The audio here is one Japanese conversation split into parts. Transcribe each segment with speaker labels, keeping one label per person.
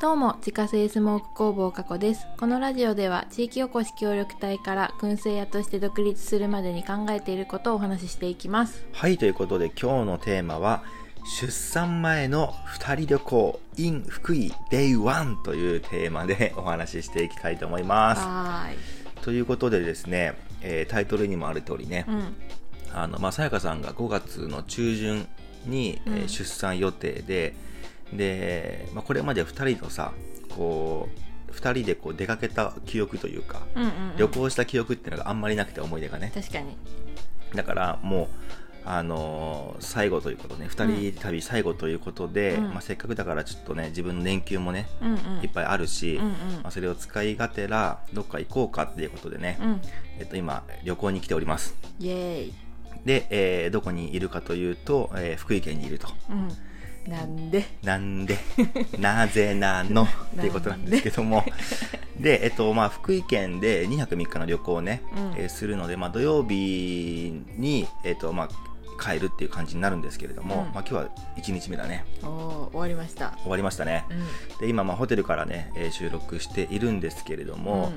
Speaker 1: どうも、自家製スモーク工房加古です。このラジオでは、地域おこし協力隊から燻製屋として独立するまでに考えていることをお話ししていきます。
Speaker 2: はい、ということで今日のテーマは、出産前の二人旅行 in 福井 Day1 というテーマでお話ししていきたいと思いま
Speaker 1: は
Speaker 2: す。ということでですね、えータイトルにもある通りね
Speaker 1: ーい。う、ん。
Speaker 2: あの、まあ、さやかさんが5月の中旬に、えー
Speaker 1: うん
Speaker 2: 出産予定で、で、まあ、これまで二人のさ、こう、二人でこう出かけた記憶というか、
Speaker 1: うんうん、うん。
Speaker 2: 旅。行した記憶っていうのがあんまりなくて思い出がね。
Speaker 1: 確かに。
Speaker 2: だからもうあのー最後ということね2人旅最後ということで、
Speaker 1: うん
Speaker 2: まあ、せっかくだからちょっとね自分の年休もね
Speaker 1: うんうん。
Speaker 2: いっぱいあるし、
Speaker 1: うんうん。
Speaker 2: まあ、それを使いがてらどっか行こうかっていうことでね、
Speaker 1: うん。
Speaker 2: えっと、今旅行に来ております
Speaker 1: イエーイ。
Speaker 2: で、えーどこにいるかというと、えー福井県にいると
Speaker 1: うん。なんで。
Speaker 2: なんで なぜなのっていうことなんですけどもで、えっとまあ、福井県で2泊3日の旅行をね、
Speaker 1: うん
Speaker 2: えーするので、まあ、土曜日に、えっとまあ、帰るっていう感じになるんですけれども、
Speaker 1: うん
Speaker 2: まあ、今日は1日目だね
Speaker 1: おお、終わりました。
Speaker 2: 終わりましたね
Speaker 1: うん。
Speaker 2: で今、まあ、ホテルからね、えー収録しているんですけれども、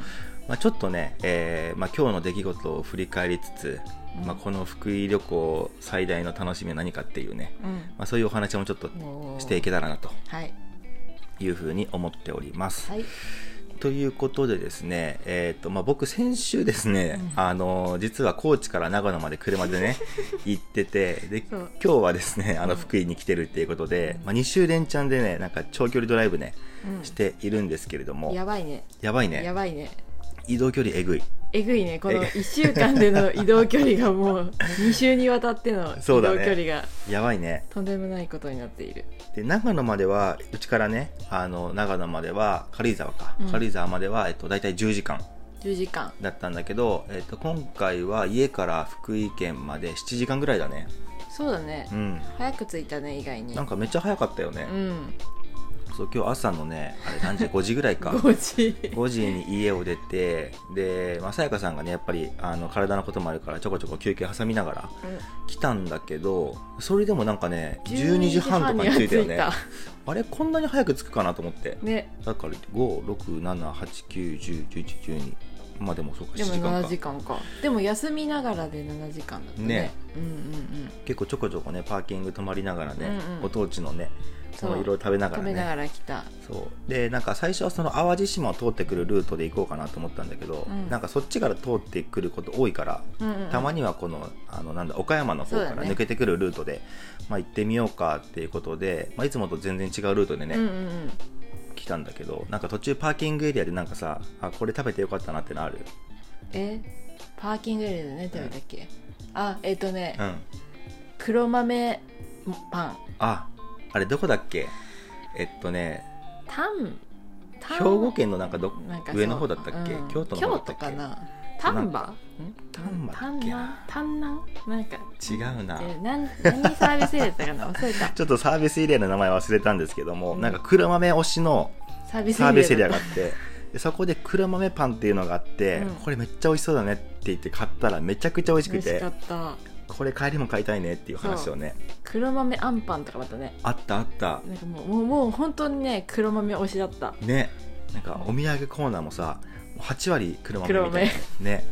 Speaker 2: まあ、ちょっとね、えーまあ、今日の出来事を振り返りつつ、
Speaker 1: うん
Speaker 2: まあ、この福井旅行最大の楽しみは何かっていうね、
Speaker 1: うん。
Speaker 2: まあ、そういうお話もちょっと
Speaker 1: うん。おー
Speaker 2: していけたらなと
Speaker 1: はい。
Speaker 2: いうふうに思っております。
Speaker 1: はい。
Speaker 2: ということでですね、えーとまあ、僕先週ですね、
Speaker 1: うん
Speaker 2: あの実は高知から長野まで車 でね行っててで
Speaker 1: そ
Speaker 2: 今
Speaker 1: う
Speaker 2: 日はですねあ
Speaker 1: う
Speaker 2: の
Speaker 1: ん
Speaker 2: 福井に来てるっていうことで、
Speaker 1: うん
Speaker 2: まあ、2週連チャンでねなんか長距離ドライブね
Speaker 1: うん
Speaker 2: しているんですけれども
Speaker 1: や
Speaker 2: や
Speaker 1: ばいね。
Speaker 2: ばい
Speaker 1: や
Speaker 2: ね
Speaker 1: ばいね。
Speaker 2: 移動距離えぐい
Speaker 1: えぐいねこの
Speaker 2: え
Speaker 1: 1週間での移動距離がも う2週にわたっての移
Speaker 2: そ
Speaker 1: 動
Speaker 2: うだ
Speaker 1: 距
Speaker 2: ね
Speaker 1: 離が
Speaker 2: やばいね
Speaker 1: とんでもないことになっている
Speaker 2: で長野まではうちからねあの長野までは軽井沢か、
Speaker 1: うん
Speaker 2: 軽井沢までは、えっと、大体10時間
Speaker 1: 10時間
Speaker 2: だったんだけど、えっと、今回は家から福井県まで7時間ぐらいだね
Speaker 1: そうだね、
Speaker 2: うん
Speaker 1: 早く着いたね以外に
Speaker 2: なんかめっちゃ早かったよね
Speaker 1: う、ん
Speaker 2: そう今日朝のねあれ 何時5時ぐらいか
Speaker 1: 5時
Speaker 2: 5時に家を出てでまあさやかさんがねやっぱりあの体のこともあるからちょこちょこ休憩挟みながら来たんだけどそれでもなんかね12時半とかに着いたよね
Speaker 1: 12時半には
Speaker 2: あれこんなに早く着くかなと思って
Speaker 1: 着いたね
Speaker 2: だから56789101112まあでもそうか
Speaker 1: で
Speaker 2: 7
Speaker 1: も
Speaker 2: 時間
Speaker 1: 7時間
Speaker 2: か
Speaker 1: かでも休みながらで7時間だったね
Speaker 2: ね
Speaker 1: うんうん
Speaker 2: 結構ちょこちょこねパーキング泊まりながらね、
Speaker 1: うんうん
Speaker 2: ご当地のね
Speaker 1: そ
Speaker 2: こ
Speaker 1: う
Speaker 2: のいろいろ食べな
Speaker 1: うん
Speaker 2: がら
Speaker 1: 食べ
Speaker 2: ね
Speaker 1: ながら来た
Speaker 2: そうでなんか最初はその淡路島を通ってくるルートで行こうかなと思ったんだけど、
Speaker 1: うん
Speaker 2: なんかそっちから通ってくること多いから、たま
Speaker 1: に
Speaker 2: にはこのあのなんだ岡山の方か
Speaker 1: そうだ
Speaker 2: ら
Speaker 1: ね
Speaker 2: 抜けてくるルートで、まあ、行ってみようかっていうことで、まあ、いつもと全然違うルートでね、
Speaker 1: うんうんうん
Speaker 2: 来たんだけどなんか途中パーキングエリアでなんかさあこれ食べてよかったなってのある、
Speaker 1: えパーキングエリアでね食べたっけあえっ、とね
Speaker 2: うん、
Speaker 1: 黒豆パン
Speaker 2: ああれどこだっけえっとね
Speaker 1: 丹丹
Speaker 2: 兵庫県のなんかど
Speaker 1: なんかそう
Speaker 2: 上の方だったっけ、
Speaker 1: うん
Speaker 2: 京都の方だったっけ
Speaker 1: 京都かな丹波
Speaker 2: 丹波だ
Speaker 1: 丹
Speaker 2: っけ
Speaker 1: 南
Speaker 2: な
Speaker 1: 丹南なんか
Speaker 2: 違うな、
Speaker 1: えなん何サービスエリアだったか な忘れた
Speaker 2: ちょっとサービスエリアの名前忘れたんですけども、
Speaker 1: うん
Speaker 2: なんか黒豆推しの
Speaker 1: サービスエリア
Speaker 2: サービスエリア
Speaker 1: だ
Speaker 2: が
Speaker 1: っ
Speaker 2: あってでそこで黒豆パンっていうのがあって、
Speaker 1: うん
Speaker 2: これめっちゃ美味しそうだねって言って買ったらめちゃくちゃ美味したく
Speaker 1: 美味してかった
Speaker 2: これ帰りも買いたいねっていう話をね
Speaker 1: 黒豆あんパンとかまたね
Speaker 2: あったあった
Speaker 1: なんかもうもうもう本当にね黒豆推しだった
Speaker 2: ねなんかお土産コーナーもさ8割黒豆みたいなね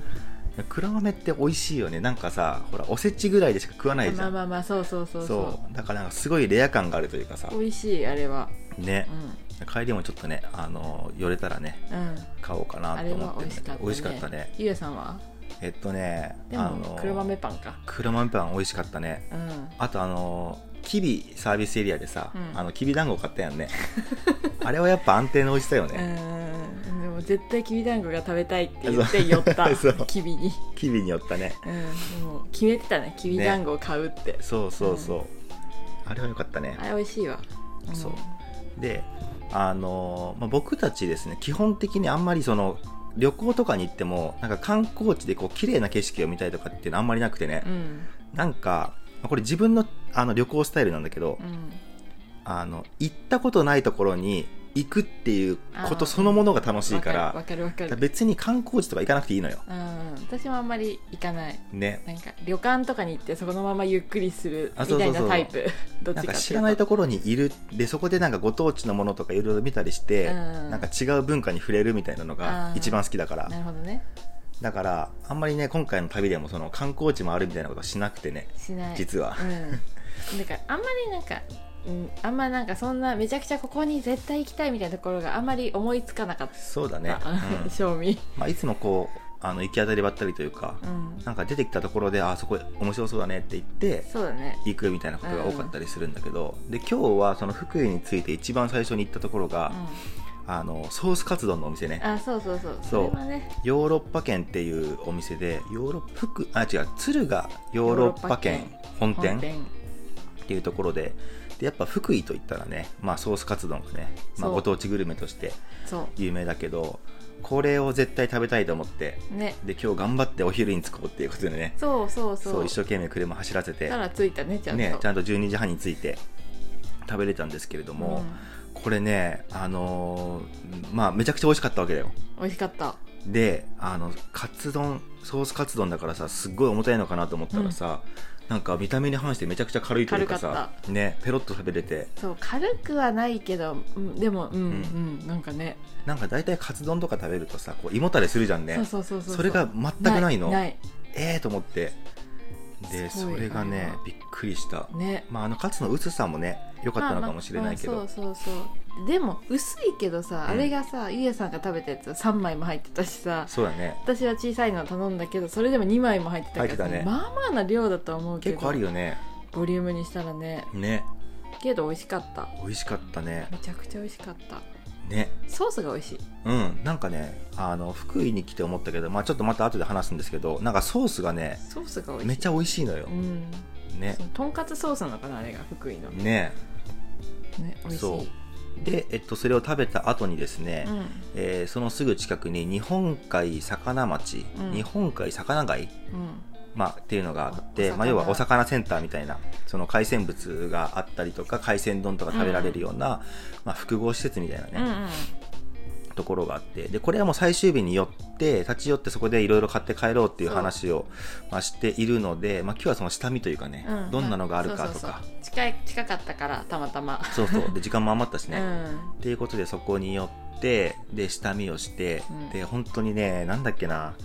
Speaker 2: 黒豆って美味しいよねなんかさほらおせちぐらいでしか食わないじ
Speaker 1: ま
Speaker 2: ゃ
Speaker 1: あ
Speaker 2: ん、
Speaker 1: まあまあそうそうそう
Speaker 2: そ
Speaker 1: そう
Speaker 2: だからなんかすごいレア感があるというかさ
Speaker 1: う美味しいあれは
Speaker 2: ね
Speaker 1: う
Speaker 2: 帰りもちょっとねあの寄れたらね
Speaker 1: んうん
Speaker 2: 買おうかなと思ってるんだけ
Speaker 1: あれ
Speaker 2: ど
Speaker 1: は
Speaker 2: 美
Speaker 1: 美
Speaker 2: 味
Speaker 1: 味
Speaker 2: し
Speaker 1: し
Speaker 2: か
Speaker 1: か
Speaker 2: っ
Speaker 1: ったた
Speaker 2: ね
Speaker 1: ゆうやさんは
Speaker 2: えっとね
Speaker 1: で
Speaker 2: あ
Speaker 1: も
Speaker 2: の
Speaker 1: 黒豆パンか
Speaker 2: 黒豆パン美味しかったね
Speaker 1: うん
Speaker 2: あとあのキビサービスエリアでさ、
Speaker 1: うん
Speaker 2: あのキビ団子買ったや んねあれはやっぱ安定の美味しさよね、
Speaker 1: うんでも絶対きびだんごが食べたいって言って寄っ
Speaker 2: そ
Speaker 1: た
Speaker 2: う
Speaker 1: きびに、
Speaker 2: キビによったね
Speaker 1: うん、もう決めてたねきびだんごを買うって、
Speaker 2: そうそうそう、あれは良かったね
Speaker 1: あれ美味しいわ、ん
Speaker 2: そうであの、まあ、僕たちですね基本的にあんまりその旅行とかに行ってもなんか観光地でこう綺麗な景色を見たいとかっていうのあんまりなくてね
Speaker 1: う、ん
Speaker 2: なんかまあこれ自分のあの旅行スタイルなんだけど、
Speaker 1: うん
Speaker 2: あの行ったことないところに行くっていうこ
Speaker 1: あー
Speaker 2: とそのものが楽しい
Speaker 1: わか
Speaker 2: か
Speaker 1: らるわかるわか
Speaker 2: だから
Speaker 1: る
Speaker 2: 別に観光地とか行かなくていいのよ
Speaker 1: うん私もあんまり行かない
Speaker 2: ね
Speaker 1: なんか旅館とかに行ってそこのままゆっくりする
Speaker 2: あ
Speaker 1: み
Speaker 2: そう
Speaker 1: た
Speaker 2: そう
Speaker 1: い
Speaker 2: そ
Speaker 1: な
Speaker 2: う
Speaker 1: タイプ どっ
Speaker 2: なん
Speaker 1: ちか
Speaker 2: か
Speaker 1: って
Speaker 2: 知
Speaker 1: いう
Speaker 2: らないところにいるでそこでなんかご当地のものとかいろいろ見たりして、
Speaker 1: うん
Speaker 2: なんか違う文化に触れるみたいなのが
Speaker 1: うん
Speaker 2: 一番好きだから
Speaker 1: なるほどね
Speaker 2: だからあんまりね今回の旅でもその観光地もあるみたいなことはしなくてね
Speaker 1: しない
Speaker 2: 実は、
Speaker 1: うん、だからあんまりなんか、うん、あんまなんかそんなめちゃくちゃここに絶対行きたいみたいなところがあんまり思いつかなかっ
Speaker 2: そうだ
Speaker 1: た、
Speaker 2: ね、うん
Speaker 1: 賞味、
Speaker 2: まあ、いつもこうあの行き当たりばったりというか、
Speaker 1: うん、
Speaker 2: なんか出てきたところであそこ面白そうだねって言って
Speaker 1: そうだね
Speaker 2: 行くみたいなことが多かったりするんだけど、で今日はその福井について一番最初に行ったところが、
Speaker 1: う
Speaker 2: あのソースカツ丼のお店ね
Speaker 1: ん、あそうそうそう
Speaker 2: そう
Speaker 1: れはね
Speaker 2: ヨーロッパ圏っていうお店でヨーロッパ福あ違う敦賀ヨーロッパ
Speaker 1: ヨー
Speaker 2: 圏
Speaker 1: ロッパ
Speaker 2: 本店
Speaker 1: 本店
Speaker 2: っていうところででやっぱ福井といったらね、まあ、ソースカツ丼がね、
Speaker 1: そ
Speaker 2: まあ、
Speaker 1: う
Speaker 2: ご当地グルメとして
Speaker 1: そ
Speaker 2: 有名だけどこれを絶対食べたいと思って
Speaker 1: うね
Speaker 2: で今日頑張ってお昼に着こうっていうことでね
Speaker 1: そうそうそう
Speaker 2: そう一生懸命車走らせて
Speaker 1: たらついたねちゃんと
Speaker 2: ね、ちゃんと12時半に着いて食べれたんですけれども、これね、あのーまあ、めちゃくちゃ美味しかったわけだよ
Speaker 1: うん、美味しかった
Speaker 2: であのカツ丼ソースカツ丼だからさすっごい重たいのかなと思ったらさ、なんか見た目に反してめちゃくちゃ軽いというか
Speaker 1: 軽
Speaker 2: さ
Speaker 1: か
Speaker 2: ねペロッと食べれて
Speaker 1: そう軽くはないけど、うん、でもうんうん、なんかね
Speaker 2: なんか大体カツ丼とか食べるとさこう胃もたれするじゃんね
Speaker 1: そうそうそうそう
Speaker 2: それが全くないの
Speaker 1: ない
Speaker 2: ええと思ってですそ
Speaker 1: ごい
Speaker 2: れがね
Speaker 1: あ
Speaker 2: びっくりした、
Speaker 1: ないね
Speaker 2: まああのカツの薄さもね良かったのかもしれないけど、
Speaker 1: まあまあそうそうそうでも薄いけどさ、
Speaker 2: うん
Speaker 1: あれがさゆえさんが食べたやつ3枚も入ってたしさ
Speaker 2: そうだね
Speaker 1: 私は小さいの頼んだけどそれでも2枚も入ってたからさ
Speaker 2: 入ってたね
Speaker 1: まあまあな量だとは思うけど
Speaker 2: 結構あるよね
Speaker 1: ボリュームにしたらね
Speaker 2: ね
Speaker 1: けど美味しかった
Speaker 2: 美味しかったね
Speaker 1: めちゃくちゃ美味しかった
Speaker 2: ね
Speaker 1: ソースが美味しい
Speaker 2: うんなんかねあの福井に来て思ったけど、まあ、ちょっとまた後で話すんですけどなんかソースがね
Speaker 1: ソースが美味しい
Speaker 2: めっち
Speaker 1: ゃ
Speaker 2: ゃ美味しいのよ
Speaker 1: う、ん
Speaker 2: ね
Speaker 1: そのとんかつソースなのかなあれが福井のね
Speaker 2: ね
Speaker 1: 美味しい
Speaker 2: そうで、えっと、それを食べた後にですね、
Speaker 1: うん
Speaker 2: えーそのすぐ近くに日本海魚町、
Speaker 1: うん
Speaker 2: 日本海魚街、
Speaker 1: うん
Speaker 2: まあ、っていうのがあっ
Speaker 1: おお
Speaker 2: て、
Speaker 1: 魚
Speaker 2: まあ、要はお魚センターみたいなその海鮮物があったりとか海鮮丼とか食べられるような、まあ、複合施設みたいなね、
Speaker 1: うんうん
Speaker 2: ところがあってでこれはもう最終日に寄って立ち寄ってそこでいろいろ買って帰ろうっていう話を、まあ、しているので、まあ、今日はその下見というかね、
Speaker 1: うん
Speaker 2: どんなのがあるかと
Speaker 1: そう
Speaker 2: か
Speaker 1: そうそう近い近かったからたまたま
Speaker 2: そうそうで時間も余ったしね、
Speaker 1: う
Speaker 2: っ
Speaker 1: ん
Speaker 2: ていうことでそこに寄ってで下見をして、
Speaker 1: うん
Speaker 2: で本当にねなんだっけな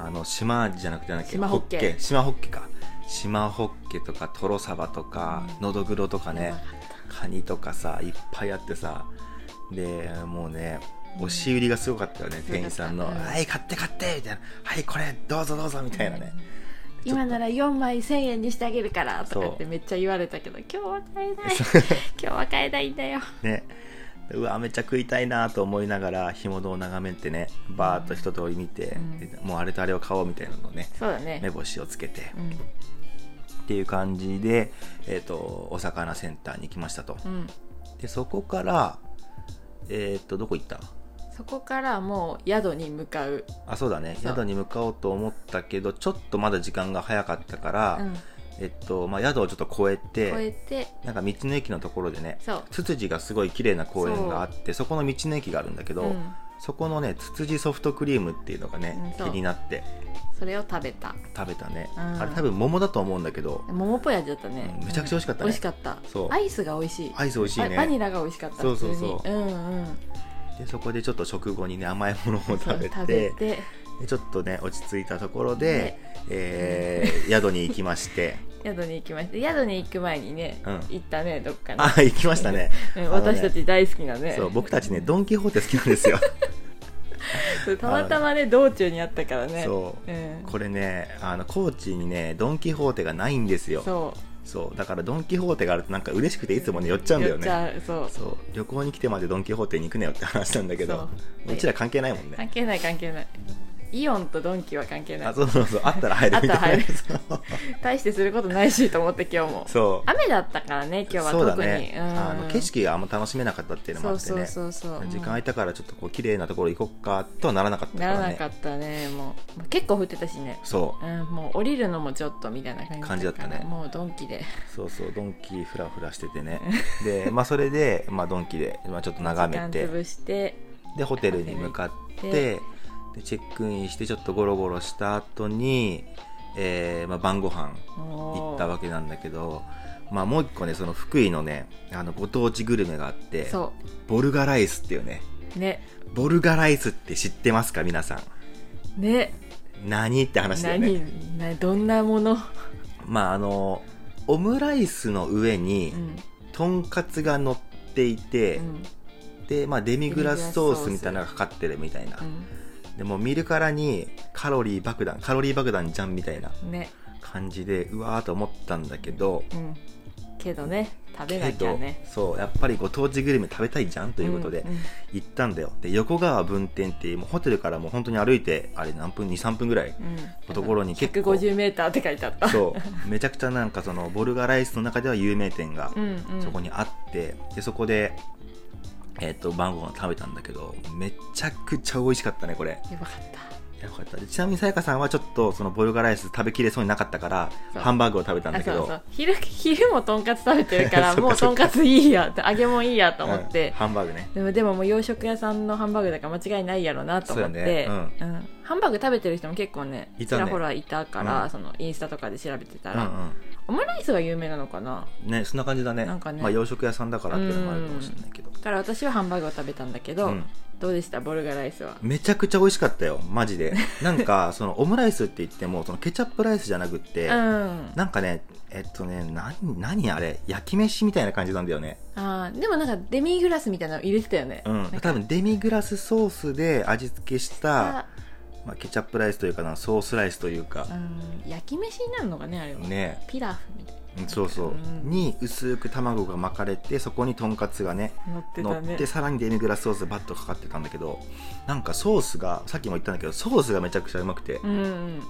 Speaker 2: あの島じゃなくてなんだっけ
Speaker 1: 島ホッケ
Speaker 2: 島ホッケか島ホッケとかトロサバとか、
Speaker 1: うん
Speaker 2: ノドグロとかね、
Speaker 1: やばかった
Speaker 2: カニとかさいっぱいあってさでもうね押し売りがすごかったよね、
Speaker 1: ん
Speaker 2: 店員さんの「
Speaker 1: うん
Speaker 2: はい買って買って」みたいな「はいこれどうぞどうぞ」みたいなね、
Speaker 1: うん今なら4枚1000円にしてあげるからとか
Speaker 2: そ
Speaker 1: っ
Speaker 2: う
Speaker 1: てめっちゃ言われたけど今日は買えない 今日は買えないんだよ
Speaker 2: ねうわめっちゃ食いたいなと思いながら干物を眺めてねバーっと一通り見て、
Speaker 1: うん
Speaker 2: でもうあれとあれを買おうみたいなのをね
Speaker 1: そうだね
Speaker 2: 目星をつけて
Speaker 1: うん
Speaker 2: っていう感じで、えー、とお魚センターに来ましたと
Speaker 1: うん
Speaker 2: でそこからえっ、とどこ行った
Speaker 1: そこからもう宿に向かう、
Speaker 2: あそうだね
Speaker 1: そう
Speaker 2: 宿に向かおうと思ったけどちょっとまだ時間が早かったか
Speaker 1: う
Speaker 2: ら、
Speaker 1: ん、越
Speaker 2: えっとまあ、宿をちょっと越えて
Speaker 1: えて
Speaker 2: なんか道の駅のところでね
Speaker 1: そう
Speaker 2: ツツジがすごい綺麗な公園があってそこの道の駅があるんだけど、
Speaker 1: うん
Speaker 2: そこのねツツジソフトクリームっていうのが
Speaker 1: うん
Speaker 2: ね、
Speaker 1: そう
Speaker 2: 気になって
Speaker 1: それを食べた
Speaker 2: 食べたね、
Speaker 1: うん
Speaker 2: あれ多分桃だと思うんだけど
Speaker 1: 桃ぽやじだったね、
Speaker 2: うんめちゃくちゃ美味しかったね
Speaker 1: 美味しかった
Speaker 2: そう
Speaker 1: アイスが美味しい
Speaker 2: アイス美味しい
Speaker 1: ババニ
Speaker 2: ね
Speaker 1: ラが美味しかった
Speaker 2: そうそうそう
Speaker 1: 普通にうんうん
Speaker 2: でそこでちょっと食後にね甘いものを食べて
Speaker 1: そう食べて
Speaker 2: でちょっとね落ち着いたところで、えー宿に行きまして
Speaker 1: 宿に行きました宿に行く前にね、
Speaker 2: うん
Speaker 1: 行ったねどっかに
Speaker 2: あ行きましたね
Speaker 1: うん私たち大好きなね
Speaker 2: そう僕たちねドン・キホーテ好きなんですよ
Speaker 1: そうたまたまね道中にあった からね、
Speaker 2: そう
Speaker 1: ん、
Speaker 2: これねあの高知にねドン・キホーテがないんですよ
Speaker 1: そう
Speaker 2: そうだからドン・キホーテがあるとなんか嬉しくていつもね寄っちゃうんだよね
Speaker 1: 寄っちゃうそう
Speaker 2: そう旅行に来てまでドン・キホーテに行くなよって話なんだけど
Speaker 1: そう
Speaker 2: うちら関係ないもん
Speaker 1: 関
Speaker 2: ね
Speaker 1: 係ない関係ないイオンとドンキは関係な
Speaker 2: あ
Speaker 1: い
Speaker 2: そうそうそうあったら入るみたいな
Speaker 1: 大してすることないしと思って今日も
Speaker 2: そう
Speaker 1: 雨だったからね今日は
Speaker 2: そう
Speaker 1: 特
Speaker 2: だ
Speaker 1: に
Speaker 2: ね、
Speaker 1: うん
Speaker 2: あの景色があんま楽しめなかったっていうのもあって
Speaker 1: そう
Speaker 2: ね
Speaker 1: そうそうそう
Speaker 2: 時間空いたからちょっとこう綺麗なところ行こっかとはならなかったか
Speaker 1: なら
Speaker 2: ら
Speaker 1: な
Speaker 2: ね
Speaker 1: かったねもうもう結構降ってたしね、
Speaker 2: そう
Speaker 1: うん、もう降りるのもちょっとみたいな感じ
Speaker 2: 感じだったね
Speaker 1: もうドンキで
Speaker 2: そうそうドンキフラフラしててねでまあそれで、まあ、ドンキで、まあ、ちょっと眺め
Speaker 1: 時
Speaker 2: て
Speaker 1: 間潰して
Speaker 2: でホテルに向かってで
Speaker 1: で
Speaker 2: チェックインしてちょっとゴロゴロした後に、えーまあ、晩ご飯行
Speaker 1: 行
Speaker 2: ったわけなんだけど、まあ、もう一個ねその福井のねあのご当地グルメがあって
Speaker 1: そ
Speaker 2: ボルガライスっていうね
Speaker 1: うね
Speaker 2: ボルガライスって知ってますか皆さん
Speaker 1: ね
Speaker 2: 何って話だよね
Speaker 1: 何などんなもの、
Speaker 2: まああのオムライスの上に
Speaker 1: うん
Speaker 2: とんかつが乗っていて、
Speaker 1: うん
Speaker 2: で、まあ、デミグラスソースみたいなのがかかってるみたいな、でもう見るからにカロリー爆弾カロリー爆弾じゃんみたいな
Speaker 1: うん、ね、
Speaker 2: 感じでうわーと思ったんだけど
Speaker 1: うん、けどね食べなきゃね
Speaker 2: けどそうやっぱりご当地グルメ食べたいじゃんということで、
Speaker 1: んん
Speaker 2: 行ったんだよで横川分店っていうもうホテルからもう本当に歩いてあれ何分23分ぐらい
Speaker 1: うん、
Speaker 2: ところに結構
Speaker 1: 150m って書いてあった
Speaker 2: そうめちゃくちゃなんかそのボルガライスの中では有名店が
Speaker 1: うんうん、
Speaker 2: そこにあって、でそこで、えっと晩ご飯食べたんだけどめちゃくちゃ美味しかったねこれ
Speaker 1: やばかった
Speaker 2: よかったでちなみにさやかさんはちょっとそのボルガライス食べきれそうになかったから
Speaker 1: そう
Speaker 2: ハンバーグを食べたんだ
Speaker 1: あ
Speaker 2: け
Speaker 1: そ
Speaker 2: ど
Speaker 1: うそう昼昼もとんかつ食べてるから
Speaker 2: そっ
Speaker 1: もう
Speaker 2: かそ
Speaker 1: と
Speaker 2: っ
Speaker 1: ん
Speaker 2: か
Speaker 1: かついいやって揚げもんいいやと思っ
Speaker 2: う
Speaker 1: て
Speaker 2: ん、ハンバーグね
Speaker 1: でもでももう洋食屋さんのハンバーグだから間違いないやろうなと思って、
Speaker 2: そうやね
Speaker 1: うんハンバーグ食べてる人も結構ね
Speaker 2: い
Speaker 1: ち
Speaker 2: たね
Speaker 1: らほらいたから、
Speaker 2: うん
Speaker 1: そのインスタとかで調べてた
Speaker 2: う
Speaker 1: ら、
Speaker 2: ん
Speaker 1: オムライスが有名なのかな
Speaker 2: うんねそんな感じだね
Speaker 1: なんかね
Speaker 2: まあ、洋食屋さんだからっていうのもあるかもしれないけど
Speaker 1: だから私はハンバーグを食べたんだけど、
Speaker 2: うん
Speaker 1: どうでしたボルガライスは
Speaker 2: めちゃくちゃ美味しかったよマ ジでなんかそのオムライスって言ってもそのケチャップライスじゃなくって、
Speaker 1: うん
Speaker 2: なんかねえっとね何何あれ焼き飯みたいな感じなんだよね
Speaker 1: あーでもなんかデミグラスみたいなの入れてたよね、
Speaker 2: うん
Speaker 1: なんか
Speaker 2: 多分デミグラスソースで味付けした
Speaker 1: あ、
Speaker 2: まあ、ケチャップライスというかなソースライスというか
Speaker 1: うん、焼き飯になるのかねあれは、
Speaker 2: ね
Speaker 1: ピラフみたい
Speaker 2: うんそうそう、
Speaker 1: うん
Speaker 2: に薄く卵が巻かれてそこにとんかつがね
Speaker 1: な乗って
Speaker 2: 乗
Speaker 1: た
Speaker 2: っ
Speaker 1: ね
Speaker 2: てさらにデミグラスソースバッとかかってたんだけどなんかソースがさっきも言ったんだけどソースがめちゃくちゃうまくて、
Speaker 1: うんうん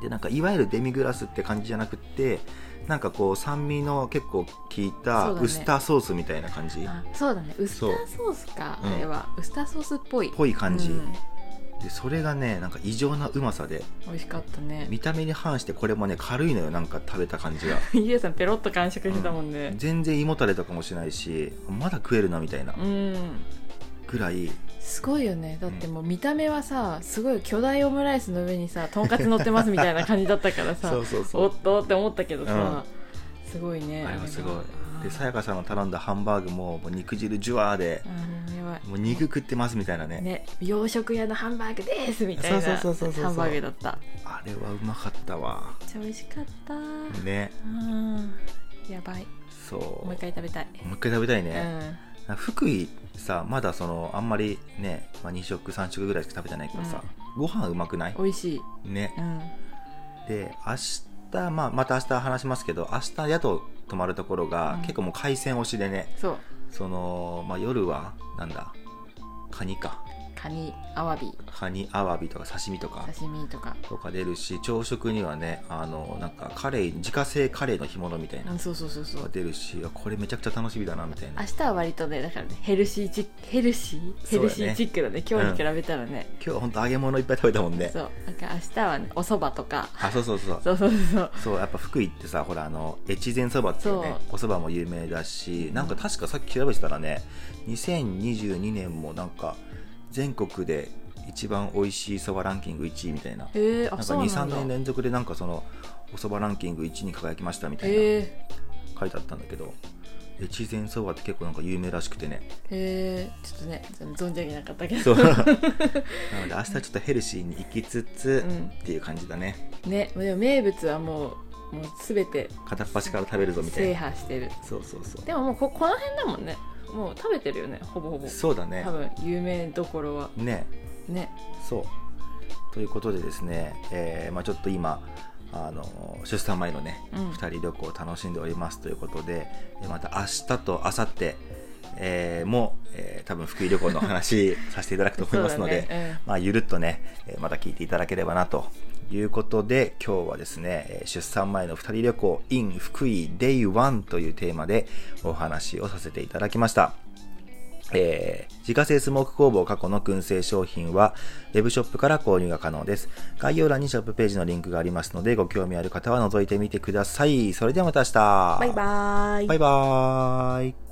Speaker 2: でなんかいわゆるデミグラスって感じじゃなくってなんかこう酸味の結構効いた
Speaker 1: そうだね
Speaker 2: ウスターソースみたいな感じ、
Speaker 1: あそうだねウスターソースか
Speaker 2: そう
Speaker 1: あれは、ウスターソースっぽい
Speaker 2: ぽい感じ、
Speaker 1: うん
Speaker 2: でそれがねなんか異常なうまさで
Speaker 1: 美味しかったね
Speaker 2: 見た目に反してこれもね軽いのよなんか食べた感 じが
Speaker 1: ゆうさんペロッと完食してたもんね
Speaker 2: 全然胃もたれとかもしないしまだ食えるなみたいな
Speaker 1: うん、
Speaker 2: ぐらい
Speaker 1: すごいよねだってもう見た目はさすごい巨大オムライスの上にさとんかつ乗ってますみたいな感じだったからさ
Speaker 2: そうそうそう
Speaker 1: おっとって思ったけどさ、すごいね
Speaker 2: あれはすごいでさ
Speaker 1: 後
Speaker 2: やかさんの頼んだハンバーグももう肉汁ジュワーで
Speaker 1: やばい
Speaker 2: もう肉食ってますみたいなね
Speaker 1: ね洋食屋のハンバーグですみたいな
Speaker 2: そうそうそうそうそう
Speaker 1: ハンバーグだっため
Speaker 2: あれはうまかったわ
Speaker 1: っちゃ美味しかった、
Speaker 2: ね
Speaker 1: うんやばい
Speaker 2: そう
Speaker 1: もう一回食べたい、
Speaker 2: もう一回食べたいうね、
Speaker 1: ん
Speaker 2: なんか福井さまだそのあんまりね、まあ、2食3食ぐらいしか食べてないけどさ、ご飯うまくない
Speaker 1: 美味しい、
Speaker 2: ね
Speaker 1: うん、
Speaker 2: で明日、まあ、また明日話しますけど明日宿泊まるところが、
Speaker 1: うん
Speaker 2: 結構もう海鮮推しでね
Speaker 1: そう
Speaker 2: その、まあ、夜はなんだカニか
Speaker 1: カニアワビ
Speaker 2: カニアワビとか刺身とか
Speaker 1: 刺身とか
Speaker 2: とか出るし朝食にはねあのなんかカレー自家製カレーの干物みたいな
Speaker 1: う
Speaker 2: の
Speaker 1: んそうそうそうそう
Speaker 2: が出るしあこれめちゃくちゃ楽しみだなみたいな
Speaker 1: 明日は割とねだからねヘルシーチックヘルシーヘルシ
Speaker 2: そうだね
Speaker 1: ーチックだね今日に比べたらね、
Speaker 2: 今日は本当揚げ物いっぱい食べたもんね
Speaker 1: そうなんか明日はねお蕎麦とか
Speaker 2: あそうそうそう
Speaker 1: そうそうそう
Speaker 2: そうやっぱ福井ってさほらあの越前そばっていうねおそばも有名だしなんか確かさっき調べてたらね2022年もなんか全国で一番美味しいそばランキング1位みたいな
Speaker 1: へえ
Speaker 2: な
Speaker 1: あ
Speaker 2: ん
Speaker 1: そ
Speaker 2: か
Speaker 1: うなんだ
Speaker 2: 23年連続でなんかそのおそばランキング1位に輝きましたみたいな
Speaker 1: へえ
Speaker 2: 書いてあったんだけど越前そばって結構なんか有名らしく てね
Speaker 1: へえちょっとね存じ上げなかったけ
Speaker 2: そ
Speaker 1: ど
Speaker 2: う なので明日ちょっとヘルシーに行きつつ
Speaker 1: うん
Speaker 2: っていう感じだね
Speaker 1: ねでも名物はもうもう全て
Speaker 2: 片っ端から食べるぞみたい
Speaker 1: 制
Speaker 2: な
Speaker 1: 覇してる
Speaker 2: そうそうそう
Speaker 1: でももうここの辺だもんねもう食べてるよねほぼほぼ
Speaker 2: そうだね
Speaker 1: 多分有名どころは
Speaker 2: ね
Speaker 1: ね
Speaker 2: そうということでですね、えーまあ、ちょっと今あの出産前のね、
Speaker 1: う
Speaker 2: 二
Speaker 1: ん
Speaker 2: 2人旅行を楽しんでおりますということでえーまた明日と明後日えーも、え多分福井旅行の 話させていただくと思いますので、
Speaker 1: そうだね
Speaker 2: まあ、ゆるっとね、えーまた聞いていただければなということで、今日はですね、えー出産前の二人旅行 in 福井 Day1 というテーマでお話をさせていただきました。えー自家製スモーク工房過去の燻製商品は、ウェブショップから購入が可能です。概要欄にショップページのリンクがありますので、ご興味ある方は覗いてみてください。それではまた明日。
Speaker 1: バイバーイ
Speaker 2: バイバーイ。